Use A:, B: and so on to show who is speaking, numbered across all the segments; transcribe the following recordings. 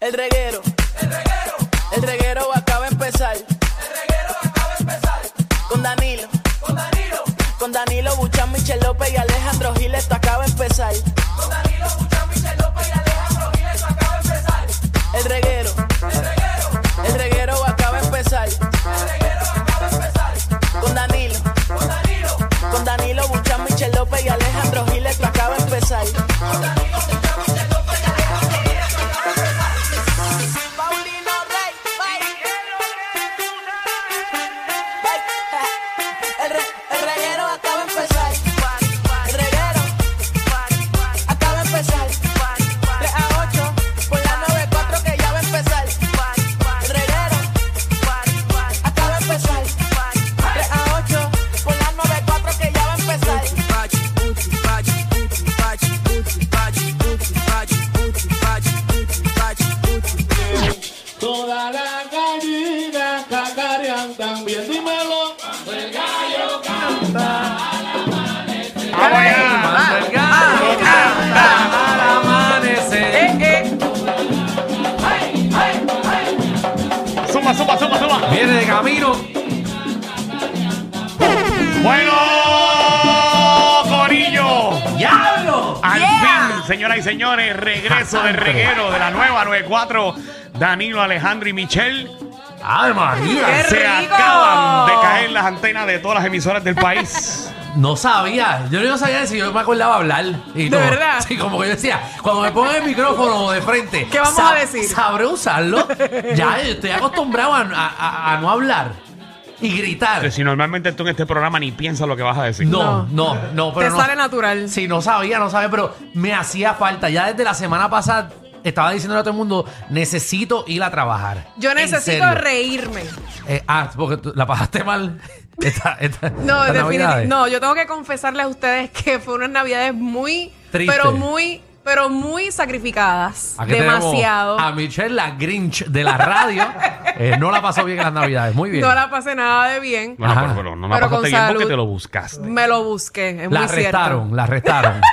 A: El reguero. El reguero. El reguero acaba de empezar. El reguero acaba de empezar. Con Danilo. Con Danilo. Con Danilo Buchan, Michel López y Alejandro Gil, esto acaba de empezar. Con Danilo Buchan, Michel López y Alejandro Gil, esto acaba de empezar. El reguero. El reguero. El reguero acaba de empezar. El reguero acaba de empezar. Con Danilo. Con Danilo. Con Danilo Buchan, Michel López y Alejandro Gil, esto acaba de empezar. Con Danilo Buchan, Michel López y Alejandro Gil, esto acaba de empezar. Paulino Rey, El, re, el reguero acaba de empezar. El reguero acaba de empezar. 3 a 8 por la 94 que ya va a empezar. El reguero acaba de empezar. 3 a 8 por la 94 que ya va a empezar.
B: Toda la gallina cacarean también, dímelo.
C: Suma, suma, suma, suma.
D: Viene de camino.
C: Bueno, Corillo.
D: ¡Diablo!
C: Al fin, señoras y señores, regreso del reguero de la nueva 94. Danilo, Alejandro y Michelle.
D: ¡Ay, María!
C: Se acaban de caer las antenas de todas las emisoras del país.
D: No sabía. Yo no sabía si yo me acordaba hablar. Y
E: ¿De
D: como-
E: verdad?
D: Sí, como que yo decía, cuando me pongan el micrófono de frente.
E: ¿Qué vamos a decir?
D: Sabré usarlo. Ya, yo estoy acostumbrado a, a- a- a no hablar y gritar.
C: Si normalmente tú en este programa ni piensas lo que vas a decir.
D: No, no, no, pero
E: Te
D: no.
E: sale natural.
D: Sí, no sabía, no sabía, pero me hacía falta. Ya desde la semana pasada estaba diciéndole a todo el mundo, necesito ir a trabajar.
E: Yo
D: En
E: necesito
D: serio.
E: reírme.
D: Eh, ah, porque tú- la pasaste mal. Esta- esta- eh.
E: No,
D: estas
E: definitivamente.
D: navidades.
E: No, yo tengo que confesarles a ustedes que fue unas navidades muy,
D: Triste.
E: pero muy, pero muy sacrificadas.
D: Aquí tenemos
E: Demasiado.
D: A Michelle, la Grinch de la radio. Eh, no la pasó bien en las navidades. Muy bien.
E: No la pasé nada de bien.
C: Bueno,
D: Ajá.
C: pero, pero no la
E: Pero
C: pasaste
E: con
C: bien porque
E: salud.
C: te lo buscaste.
E: Me lo busqué, es
D: la
E: muy
D: arrestaron, la arrestaron.
E: cierto.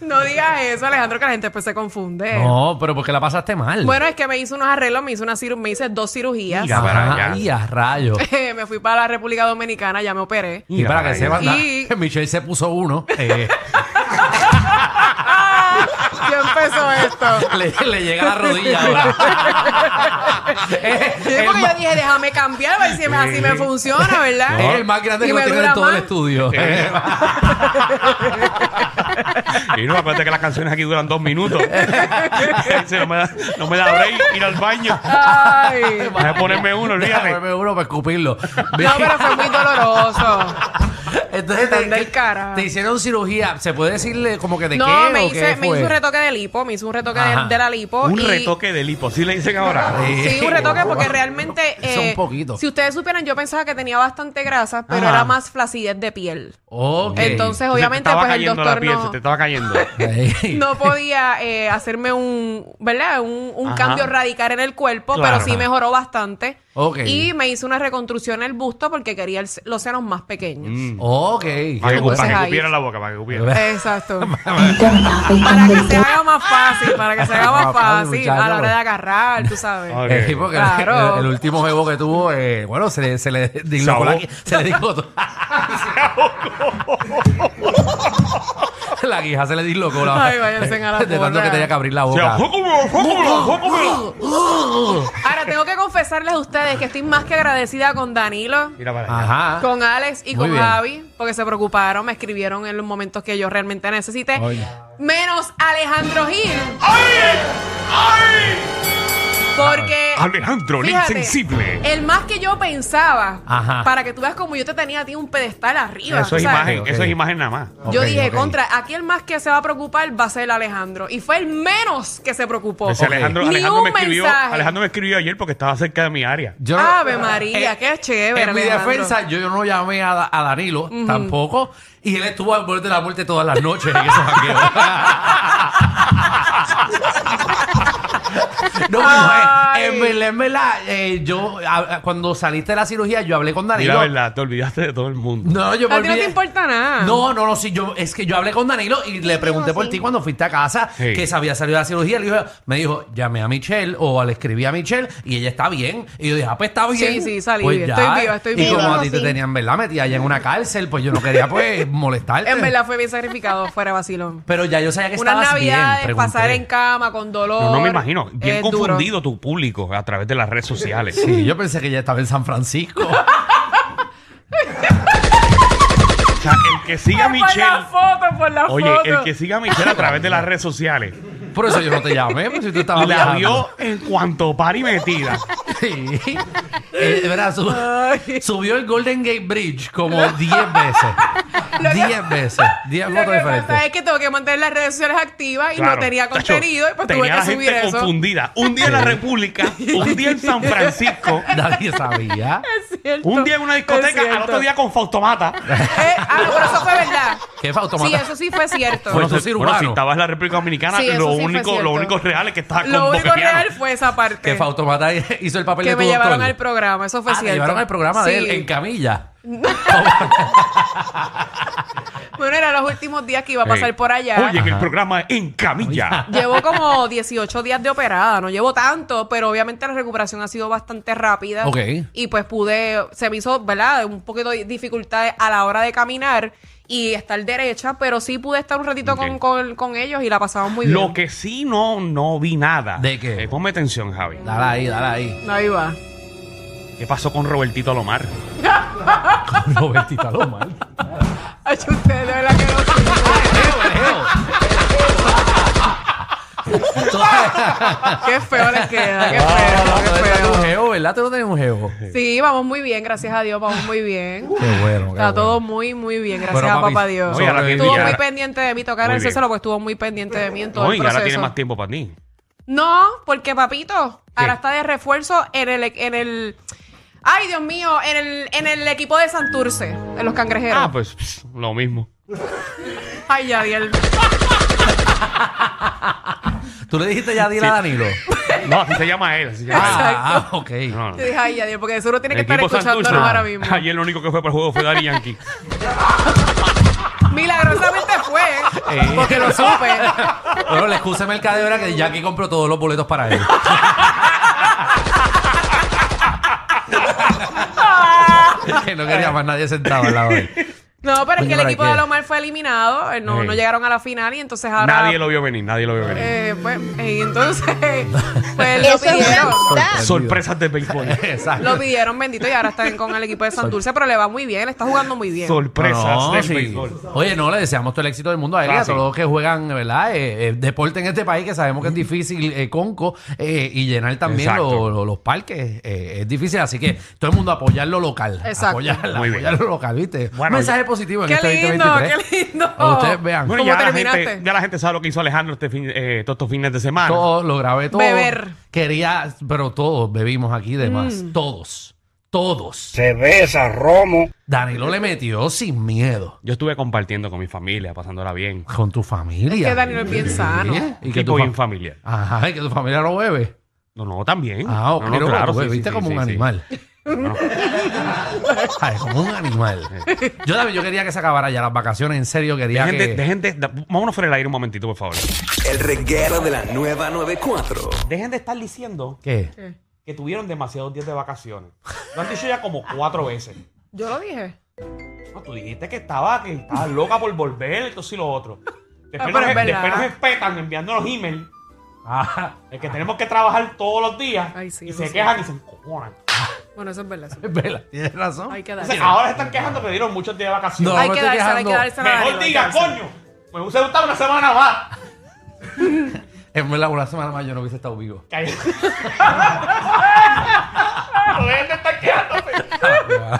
E: No digas eso, Alejandro, que la gente después se confunde.
D: no, pero porque la pasaste mal.
E: Bueno, es que me hice unos arreglos, me hice, una ciru- me hice dos cirugías.
C: Mira. para allá.
D: y a rayos.
E: me fui para la República Dominicana, ya me operé.
D: Y para que
C: Mira,
D: sepan,
E: y-
D: na- Michelle se puso uno. eh,
E: ¡Ah! Ya empezó esto.
D: le, le llega a la rodilla ahora. es,
E: Sí,
D: es
E: porque
D: ma-
E: yo dije, déjame cambiar, a ver si me- así me funciona, ¿verdad?
D: es el más grande
E: Y
D: que
E: me
D: hemos tenido en
E: dura
D: todo el
E: más.
D: estudio.
C: Eh. Y no, acuérdate que las canciones aquí duran dos minutos. Dice, no, me da, no me da break ir al baño.
E: Ay.
C: Vas a ponerme uno, olvídate.
D: Déjame uno para escupirlo.
E: No, pero fue muy doloroso.
D: Entonces te,
E: Anda el cara.
D: te hicieron cirugía. ¿Se puede decirle como que de qué?
E: No, me
D: o qué
E: hice, me
D: fue?
E: hice un retoque de lipo, me hice un retoque de,
D: Ajá.
E: de la lipo.
C: Un
E: y- Pues,
C: retoque de lipo, sí le dicen ahora.
E: Sí, un retoque porque realmente...
D: Hizo un
E: eh,
D: poquito.
E: Si ustedes supieran, yo pensaba que tenía bastante grasa, pero
D: Ajá.
E: era más flacidez de piel.
D: Ok.
E: Entonces,
C: Se te
E: obviamente,
C: estaba
E: pues el
C: cayendo la
E: doctor
C: piel,
E: no...
C: se te estaba cayendo.
D: Ey.
E: no podía eh, hacerme un, ¿verdad? Un, un
C: Ajá.
E: cambio radical en el cuerpo,
C: Claro.
E: pero sí mejoró bastante.
D: Ok.
E: Y me hice una reconstrucción en el busto porque quería el- los senos más pequeños.
D: Mm. Ok.
C: Para que,
D: Qué bueno.
C: para que
E: Pues, ahí-
C: cupiera la boca, para que cupiera.
E: Exacto. para que se haga más fácil, para que se haga más fácil a la hora de agarrar, tú sabes.
C: Ok.
D: Eh, sí, porque el-
E: Claro.
D: el, el último jevo que tuvo, eh, bueno, se le, se le dislocó
C: ahogó.
D: la, gui- se le dislocó todo. la guija se le dislocó la
E: Ay, váyanse a la
D: De tanto que
E: porra.
D: tenía que abrir la
C: O sea,
D: boca.
C: jócomelo, jócomelo, jócomelo.
E: Ah. Ahora tengo que confesarles a ustedes que estoy más que agradecida con Danilo.
C: Mira
D: Ah.
C: para allá.
D: Ajá.
E: Con Alex y
D: Muy
E: con
D: bien.
E: Javi, porque se preocuparon, me escribieron en los momentos que yo realmente necesité.
D: Oye.
E: Menos Alejandro Gil, porque.
C: Alejandro, el
E: fíjate, Eh,
C: insensible.
E: El más que yo pensaba,
D: Ajá.
E: para que tú veas como yo te tenía a ti un pedestal arriba.
C: Eso es
E: tú sabes.
C: imagen,
D: ok.
C: eso es imagen nada más.
E: Yo
D: Ok,
E: dije,
D: ok.
E: contra, aquí el más que se va a preocupar va a ser Alejandro. Y fue el menos que se preocupó.
C: Ese Alejandro,
E: Ni
C: Alejandro
E: un
C: me escribió,
E: mensaje.
C: Alejandro me escribió ayer porque estaba cerca de mi área.
D: Yo-
E: Ave María,
D: Eh,
E: qué chévere.
D: En mi
E: Alejandro.
D: defensa, yo, yo no llamé a, a Danilo tampoco. Y él estuvo al borde de la muerte todas las noches en esos hackeos. No, pero,
E: Ay.
D: eh, en verdad, en verdad, eh, yo, a- a- cuando saliste de la cirugía, yo hablé con
E: Ah,
C: Y
D: Danilo.
C: la verdad, te olvidaste de todo el mundo.
D: No, yo me
E: A ti no te
D: olvidé.
E: importa nada.
D: No, no, no, sí, yo, es que yo hablé con Danilo y le pregunté por ti cuando fuiste a casa
C: Sí.
D: que se había salido de la cirugía. Le dijo- me dijo, llamé a Michelle o le escribí a Michelle y ella está bien. Y yo dije, ah, pues está bien.
E: sí, salí
D: Pues
E: bien.
D: ya.
E: Estoy viva, estoy
D: y
E: viva.
D: Y como a
F: Sí,
D: ti te
F: sí.
D: tenían, ¿verdad? Metida allá en una cárcel, pues yo no quería, pues, molestarte.
E: En verdad fue bien sacrificado fuera de vacilón.
D: Pero ya yo sabía que
E: Unas
D: estabas bien.
E: navidades,
D: pregunté.
E: pasar en cama con dolor.
C: No, no me imagino. Bien
E: es duro.
C: confundido tu público a través de las redes sociales.
D: Sí, yo pensé que ella estaba en San Francisco.
C: O sea, el que siga a
E: Ay, Por la
C: Michelle.
E: foto, por la
C: Oye,
E: foto.
C: el que siga a Michelle a través de las redes sociales.
D: Por eso yo no te llamé, pues si tú estabas
C: La
D: viajando.
C: vio en cuanto pari metida.
D: Sí. Eh, de verdad, su-
E: Ay.
D: subió el Golden Gate Bridge como 10 veces. 10 veces. 10
E: Lo
D: fotos
E: que pasa
D: diferentes.
E: es que tengo que mantener las redes sociales activas y
C: Claro.
E: no tenía
C: Tacho,
E: contenido y pues
C: tenía
E: tuve
C: la
E: que
C: gente
E: subir eso.
C: confundida. Un día en la
D: Sí.
C: República, un día en San Francisco,
D: Nadie sabía.
E: Es cierto.
C: un día en una
E: Es
C: discoteca, al
E: cierto.
C: otro día con Fautomata.
E: Eh, ah, no, pero eso fue verdad.
D: ¿Qué fue
E: Sí,
D: automata?
E: eso sí fue cierto.
D: Fue-
C: Bueno,
D: Bueno, soy
C: si-
D: cirujano.
C: Pues bueno, si estabas en la República Dominicana,
E: Sí, eso
C: lo,
E: sí fue
C: único, lo
E: cierto.
C: único real es que estabas con
E: Lo único
C: Boquetiano.
E: real fue esa parte.
D: Que fue automata hizo el papel
E: que
D: de tu
E: me llevaron
D: doctor.
E: al programa, eso fue
D: Ah, te
E: cierto.
D: llevaron al programa de él
E: Sí.
D: en camilla.
E: Bueno, eran los últimos días que iba a pasar
D: Eh,
C: Ey.
E: por allá.
C: Oye, en el
D: Ajá.
C: programa En Camilla.
E: Llevo como 18 días de operada, no llevo tanto, pero obviamente la recuperación ha sido bastante rápida.
D: Ok.
E: Y pues pude, se me hizo, ¿verdad? Un poquito de dificultades a la hora de caminar y estar derecha, pero sí pude estar un ratito con,
C: Ok.
E: con- con ellos y la pasamos muy
C: Lo
E: bien.
C: que sí no, no vi nada.
D: ¿De qué?
C: Eh, ponme atención, Javi.
D: Dale ahí, dale ahí.
E: Ahí va.
C: ¿Qué pasó con Robertito Alomar?
D: Con Robertita Loma.
E: Ay, ustedes, de verdad que no. Qué feo les queda, qué feo, qué feo.
D: ¿Verdad? Tú no tenías un geo.
E: Sí, vamos muy bien, gracias a Dios, vamos muy bien.
D: Qué bueno. qué
E: Está
D: bueno.
E: todo muy, muy bien, gracias
D: Bueno,
E: a
D: papi,
E: papá Dios.
C: no, y ahora
E: estuvo
C: tiene-
E: muy
C: ya-
E: pendiente de mí, tocar
C: Muy
E: el
C: bien.
E: césar, porque estuvo muy pendiente de mí en todo
C: No,
E: el
C: y
E: proceso.
C: ahora tiene más tiempo para ti.
E: No, porque papito, ahora está de refuerzo en el, en el, ay Dios mío, en el, en el equipo de Santurce, en los cangrejeros.
C: Ah, pues pss, lo mismo.
E: Ay, ya, Diel.
D: ¿Tú le dijiste ya dile a Danilo?
C: No, así se llama él. Así se llama él.
D: Ah, ah, ok.
C: No, no.
E: Yo dije, ay, ya, Diel, porque de seguro tiene que
C: El
E: estar
C: equipo
E: escuchándonos
C: Santurce.
E: ahora mismo.
C: Ayer lo único que fue para el juego fue Dari Yankee.
E: Milagrosamente fue,
D: Eh.
E: porque lo supe.
D: Bueno, la excusa de mercadeo era que Jackie compró todos los boletos para él. que no quería más nadie sentado al lado de él.
E: No, pero
D: Coño,
E: es que el
D: ¿para
E: equipo
D: qué?
E: de Alomar fue eliminado, eh, no,
C: Ey.
E: no llegaron a la final y entonces ahora...
C: Nadie lo vio venir, nadie lo vio venir.
E: Eh, pues, y entonces, pues lo
F: Eso es una
E: pidieron.
F: amistad.
C: Sorpresas de béisbol.
D: Exacto.
E: Lo pidieron bendito y ahora están con el equipo de Santurce, pero le va muy bien, le está jugando muy bien.
C: Sorpresas
D: No,
C: de
D: sí.
C: béisbol.
D: Oye, no, le deseamos todo el éxito del mundo a él y
C: Ah,
D: a
C: sí.
D: todos los que juegan, ¿verdad? Eh, eh, deporte en este país que sabemos que es difícil, eh, conco, eh, y llenar también
C: Mm. Exacto.
D: lo- lo- los parques eh, es difícil. Así que todo el mundo apoyar lo local.
E: Exacto.
D: Apoyar,
C: Muy bien.
D: apoyar lo local, ¿viste?
C: Bueno,
D: Mensaje positivo en
E: Qué
D: este
E: lindo,
D: 2023.
E: qué lindo.
D: Para que ustedes vean.
C: Bueno,
E: ¿Cómo
C: Ah, ya la,
E: terminaste?
C: gente, ya la gente sabe lo que hizo Alejandro este fin, eh, todos estos fines de semana.
D: Todo, lo grabé todo.
E: Beber. Mm.
D: Quería, pero todos bebimos aquí de más. Todos. Todos.
G: cerveza, romo.
D: Danilo le metió sin miedo.
C: Yo estuve compartiendo con mi familia, pasándola bien.
D: Con tu familia.
E: Es que Danilo es bien
D: Sí.
E: sano.
D: Y que
C: Tipo
D: tu
C: bien
D: fa-
C: familiar.
D: Ajá, y que tu familia no bebe.
C: No, no, también.
D: Ah, ok.
C: No, no,
D: claro,
C: sí, sí,
D: bebiste
C: sí,
D: como
C: sí,
D: un
C: sí.
D: animal.
C: No.
D: Ay, como un animal. Yo también yo quería que se acabara ya las vacaciones. En serio, quería
C: Dejen de-
D: que.
C: dejen de- da- vámonos fuera del aire un momentito, por favor.
H: El reguero de la nueva 94.
C: Dejen de estar diciendo
D: ¿Qué?
C: que tuvieron demasiados días de vacaciones. Lo han dicho ya como cuatro veces.
E: Yo lo dije.
C: No, tú dijiste que estaba, que estaba loca por volver, entonces y lo otro. Después,
E: pero
C: nos,
E: es verdad.
C: después nos espetan enviándonos email
D: Ah,
C: de que tenemos que trabajar todos los días
E: Ay, sí,
C: y
E: eso
C: se
E: sí.
C: quejan y se encojonan.
E: Bueno, eso es verdad. eso.
D: vela, tienes razón.
E: Hay que
C: Entonces,
E: dársela.
C: ahora se están quejando que dieron muchos días de vacaciones.
D: No,
E: hay
D: me
E: que
D: estoy
E: dársela, hay que
D: quejando.
E: dársela.
C: Mejor
E: a Danilo, hay que
C: diga,
E: dársela.
C: coño, me hubiese gustado una semana más.
D: En verdad, una semana más yo no hubiese estado vivo.
C: Cállate. no dejen de estar quejándose.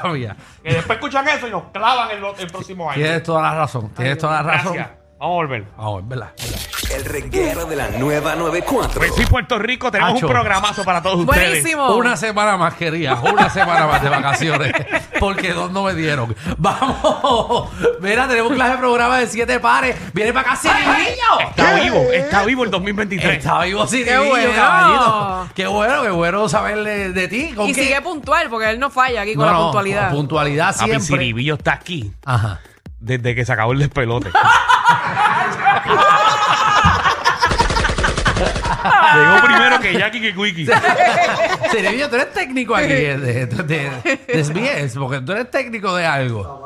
D: Todavía.
C: Que después escuchan eso y nos clavan el, el próximo año.
D: Tienes toda la razón. Tienes toda la razón.
C: Gracias. Vamos a volver.
D: Vamos, ¿verdad? ¿verdad?
H: El reguero de la nueva 94.
C: Pues sí, Puerto Rico, tenemos
D: Acho.
C: un programazo para todos ustedes.
E: Buenísimo.
D: Una semana más quería, una semana más de vacaciones, porque dos no me dieron. Vamos, mira, tenemos clase de programa de siete pares. Viene para acá Cirillo.
C: Está vivo, está vivo el 2023.
D: Está vivo Cirillo,
E: Qué bueno.
D: caballito. Qué bueno, qué bueno saberle de ti. ¿Con
E: Y
D: qué?
E: sigue puntual, porque él no falla aquí con
D: No,
E: la
D: no,
E: puntualidad.
D: puntualidad
C: Papi,
D: siempre.
C: Ciribillo está aquí
D: Ajá.
C: desde que se acabó el despelote.
E: Ah.
C: Llegó primero que Jackie que Quickie.
D: Cirillo, tú eres técnico aquí eh, de, de, de- de SBS, porque tú eres técnico de algo.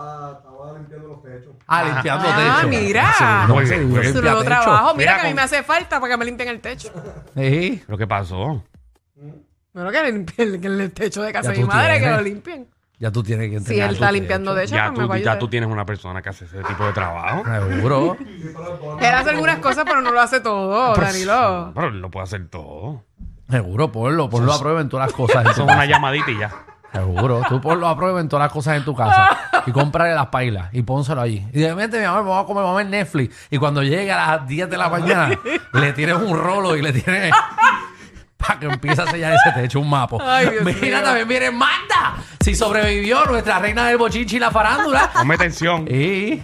D: Ah, limpiando
E: Ah,
D: techo.
E: mira.
C: Muy bien, muy bien.
E: Su
D: limpia
E: nuevo
D: techo.
E: trabajo. Mira,
C: Mira,
E: que a mí
C: con-
E: me hace falta para que me limpien el techo.
D: Sí.
C: ¿Pero qué pasó?
E: Bueno, que limpien el, el techo de casa
D: Ya
E: de mi
D: tú
E: madre, que
D: tienes.
E: lo limpien.
D: Ya tú tienes que entrenar.
E: Si él
D: tu
E: está
D: techo.
E: limpiando techo,
C: Ya
E: pues me
C: tú,
E: va a
C: ya
E: ayudar.
C: tú tienes una persona que hace ese tipo de trabajo.
D: Seguro.
E: Él hace algunas cosas, pero no lo hace todo, Danilo.
C: Pues, Pero él lo puede hacer todo.
D: Seguro, ponlo, ponlo a prueba en todas las cosas. En
C: Eso
D: tu
C: es una
D: casa.
C: llamadita y ya.
D: Seguro, tú ponlo a prueba en todas las cosas en tu casa. Y cómprale las pailas y pónselo allí. Y de repente, mi amor, vamos a comer, vamos a ver Netflix. Y cuando llegue a las 10 de la mañana, le tires un rolo y le tires. Para que empiece a sellar ese techo, un mapo.
E: Ay, Dios
D: Mira,
E: mío.
D: también viene Magda. Si sobrevivió nuestra reina del bochinchi y la farándula.
C: Ponme tensión.
D: Y.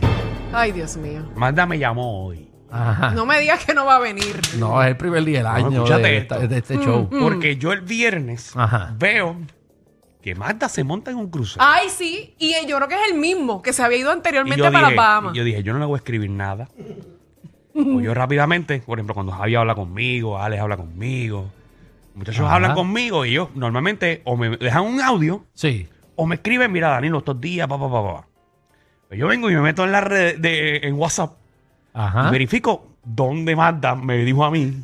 E: Ay, Dios mío.
C: Magda me llamó hoy.
D: Ajá.
E: No me digas que no va a venir.
D: No, es el primer día del año
C: escúchate
D: de,
C: esto.
D: esta- de este show.
C: Porque yo el viernes
D: Ajá.
C: veo que Magda se monta en un crucero.
E: Ay, sí. Y eh, yo creo que es el mismo que se había ido
C: y
E: anteriormente
C: yo,
E: para
C: dije,
E: las Bahamas.
C: y yo dije, yo no le voy a escribir nada. Pues yo rápidamente, por ejemplo, cuando Javi habla conmigo, Alex habla conmigo, muchachos
D: Ajá.
C: hablan conmigo y yo normalmente o me dejan un audio
D: Sí.
C: o me escriben, mira Danilo, estos días, pa, pa, pa, pa, pa. Pues yo vengo y me meto en la red de, en WhatsApp
D: Ajá.
C: y verifico dónde Magda me dijo a mí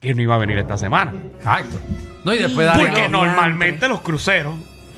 C: que no iba a venir esta semana.
D: Exacto. No, y después Danilo.
C: Porque normalmente los cruceros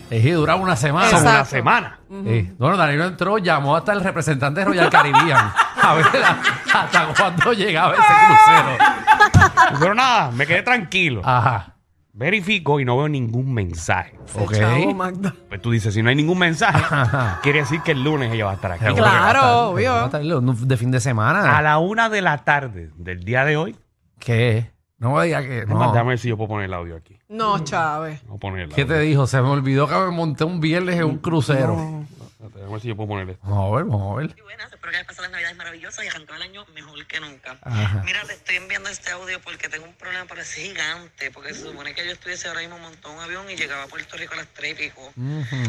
D: Es que duraba una semana.
C: son una
E: Exacto.
C: semana.
D: Sí. Bueno, Danilo entró, llamó hasta el representante de Royal Caribbean. A ver a- hasta cuándo llegaba ese crucero.
E: Ah.
C: Pero nada, me quedé tranquilo.
D: Ajá.
C: Verifico y no veo ningún mensaje.
D: Ok.
E: Chavo, Magda.
C: Pues tú dices, si no hay ningún mensaje,
D: Ajá.
C: quiere decir que el lunes ella va a estar aquí.
D: Seguro que va a
E: Claro,
D: estar-
E: obvio.
D: va a estar De fin de
C: A
D: semana.
C: la una de la tarde del día de hoy,
D: ¿Qué? No me digas que
C: no.
D: no.
C: déjame ver si yo puedo poner el audio aquí.
E: No, Chávez.
C: Voy a poner el
D: ¿Qué
C: audio.
D: te dijo? Se me olvidó que me monté un viernes en un crucero.
C: Déjame ver si yo puedo poner esto.
D: Vamos a ver, vamos a ver.
F: Muy buenas, espero que hayas pasado las navidades maravillosas y arrancado el año mejor que nunca.
D: Ajá.
F: Mira, te estoy enviando este audio porque tengo un problema, pero es gigante, porque Pues, se supone que yo estuviese ahora mismo montado en un avión y llegaba a Puerto Rico a las 3 y pico.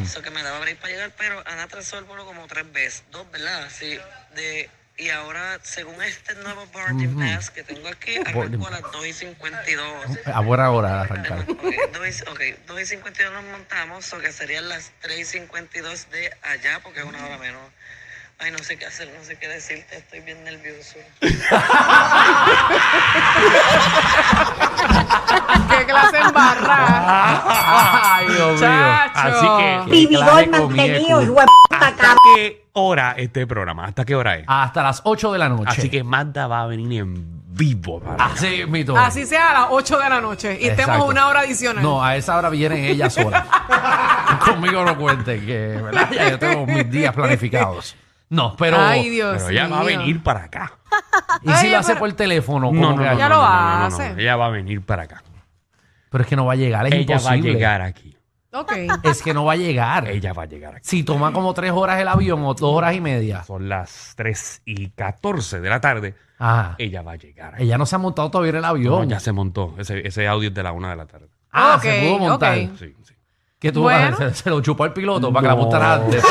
F: Eso que me daba break para llegar, pero han atrasado el vuelo como tres veces, dos, ¿verdad? Sí. De, y ahora, según este nuevo boarding pass que tengo aquí,
D: Boarding Oh,
F: arranco a las 2 y 52.
D: A buena hora de arrancar.
F: Ok, 2 y, ok, 2 y 52 nos montamos, o que serían las 3 y 52 de allá, porque es una hora menos. Ay, no sé qué hacer, no sé qué decirte, estoy bien nervioso.
E: ¿Qué clase en barra?
D: Ah. Ay, Dios mío.
C: Así que,
D: Qué clase
G: vividor
D: de comida,
G: mantenido,
D: culo.
G: hijo de puta, cabrón.
C: ¿qué hora este programa? ¿Hasta qué hora es?
D: Hasta las 8 de la Ah, noche.
C: Así que Magda va a venir en vivo. para-
E: Ah,
D: Así mito.
E: Así sea a las 8 de la noche. Y
D: Exacto.
E: estemos una hora adicional.
D: No, a esa hora vienen ellas solas. Conmigo no cuenten, que ¿verdad? ya yo tengo mis días planificados. No, pero.
E: Ay, Dios
C: Pero ella va a
E: mío.
C: venir para acá.
D: ¿Y si
E: Ay,
D: lo hace
E: pero-
D: por teléfono? ¿Cómo
C: No, no,
D: que
C: no,
D: hay?
E: Ya
C: no,
E: lo
C: no, no, no, no,
E: hace.
C: Ella va a venir para acá.
D: Pero es que no va a llegar, es
C: ella va a
D: imposible.
C: llegar aquí.
E: Ok.
D: Es que no va a llegar.
C: Ella va a llegar aquí.
D: Si toma como tres horas el avión o dos horas y media.
C: Son las 3 y 14 de la tarde.
D: Ajá.
C: Ella va a llegar aquí.
D: Ella no se ha montado todavía en el
C: Eh. No,
D: avión.
C: ya se montó. Ese, ese audio es de la una de la tarde.
D: Ah,
E: Ok,
D: se pudo montar.
E: ok.
C: Sí, sí.
D: ¿Qué tú
E: Bueno.
D: vas a hacer? Se lo chupó el piloto para que la
C: No.
D: montara antes.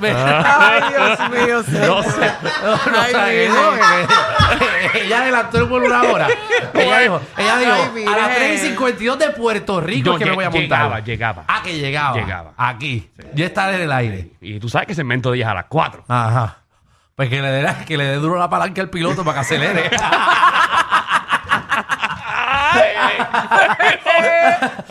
D: Mira.
E: Ay, Dios mío.
D: No sé. No, no
E: Ay,
D: sé,
E: mi
D: eso,
E: virgen.
D: que- ella adelantó el vuelo una hora. Ella dijo, ella dijo
E: Ay, virgen.
D: a las 3.52 de Puerto Rico
C: No,
D: es que me
C: lle-
D: voy a montar.
C: llegaba, llegaba.
D: Ah, que llegaba.
C: Llegaba.
D: Aquí. Ya está en el aire.
C: Y tú sabes que segmento de ellas a las 4.
D: Ajá. Pues que le dé la- que le dé duro la palanca al piloto para que acelere.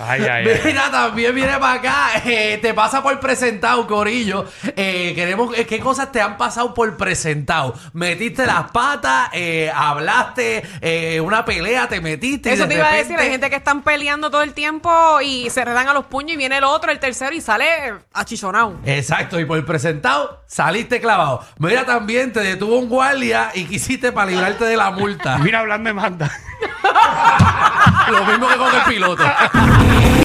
C: Ay, ay, ay.
D: Mira, también viene para acá. eh, te pasa por presentado, Corillo. Eh, queremos, eh, ¿qué cosas te han pasado por presentado? Metiste las patas, eh, hablaste, eh, una pelea, te metiste. y
E: Eso
D: de
E: te iba a
D: repente-
E: decir, hay gente que están peleando todo el tiempo y se redan a los puños y viene el otro, el tercero y sale achichonado.
D: Exacto, y por presentado saliste clavado. Mira, también te detuvo un guardia y quisiste para librarte de la multa.
C: Mira, hablando de manda.
D: Lo mismo que con el piloto.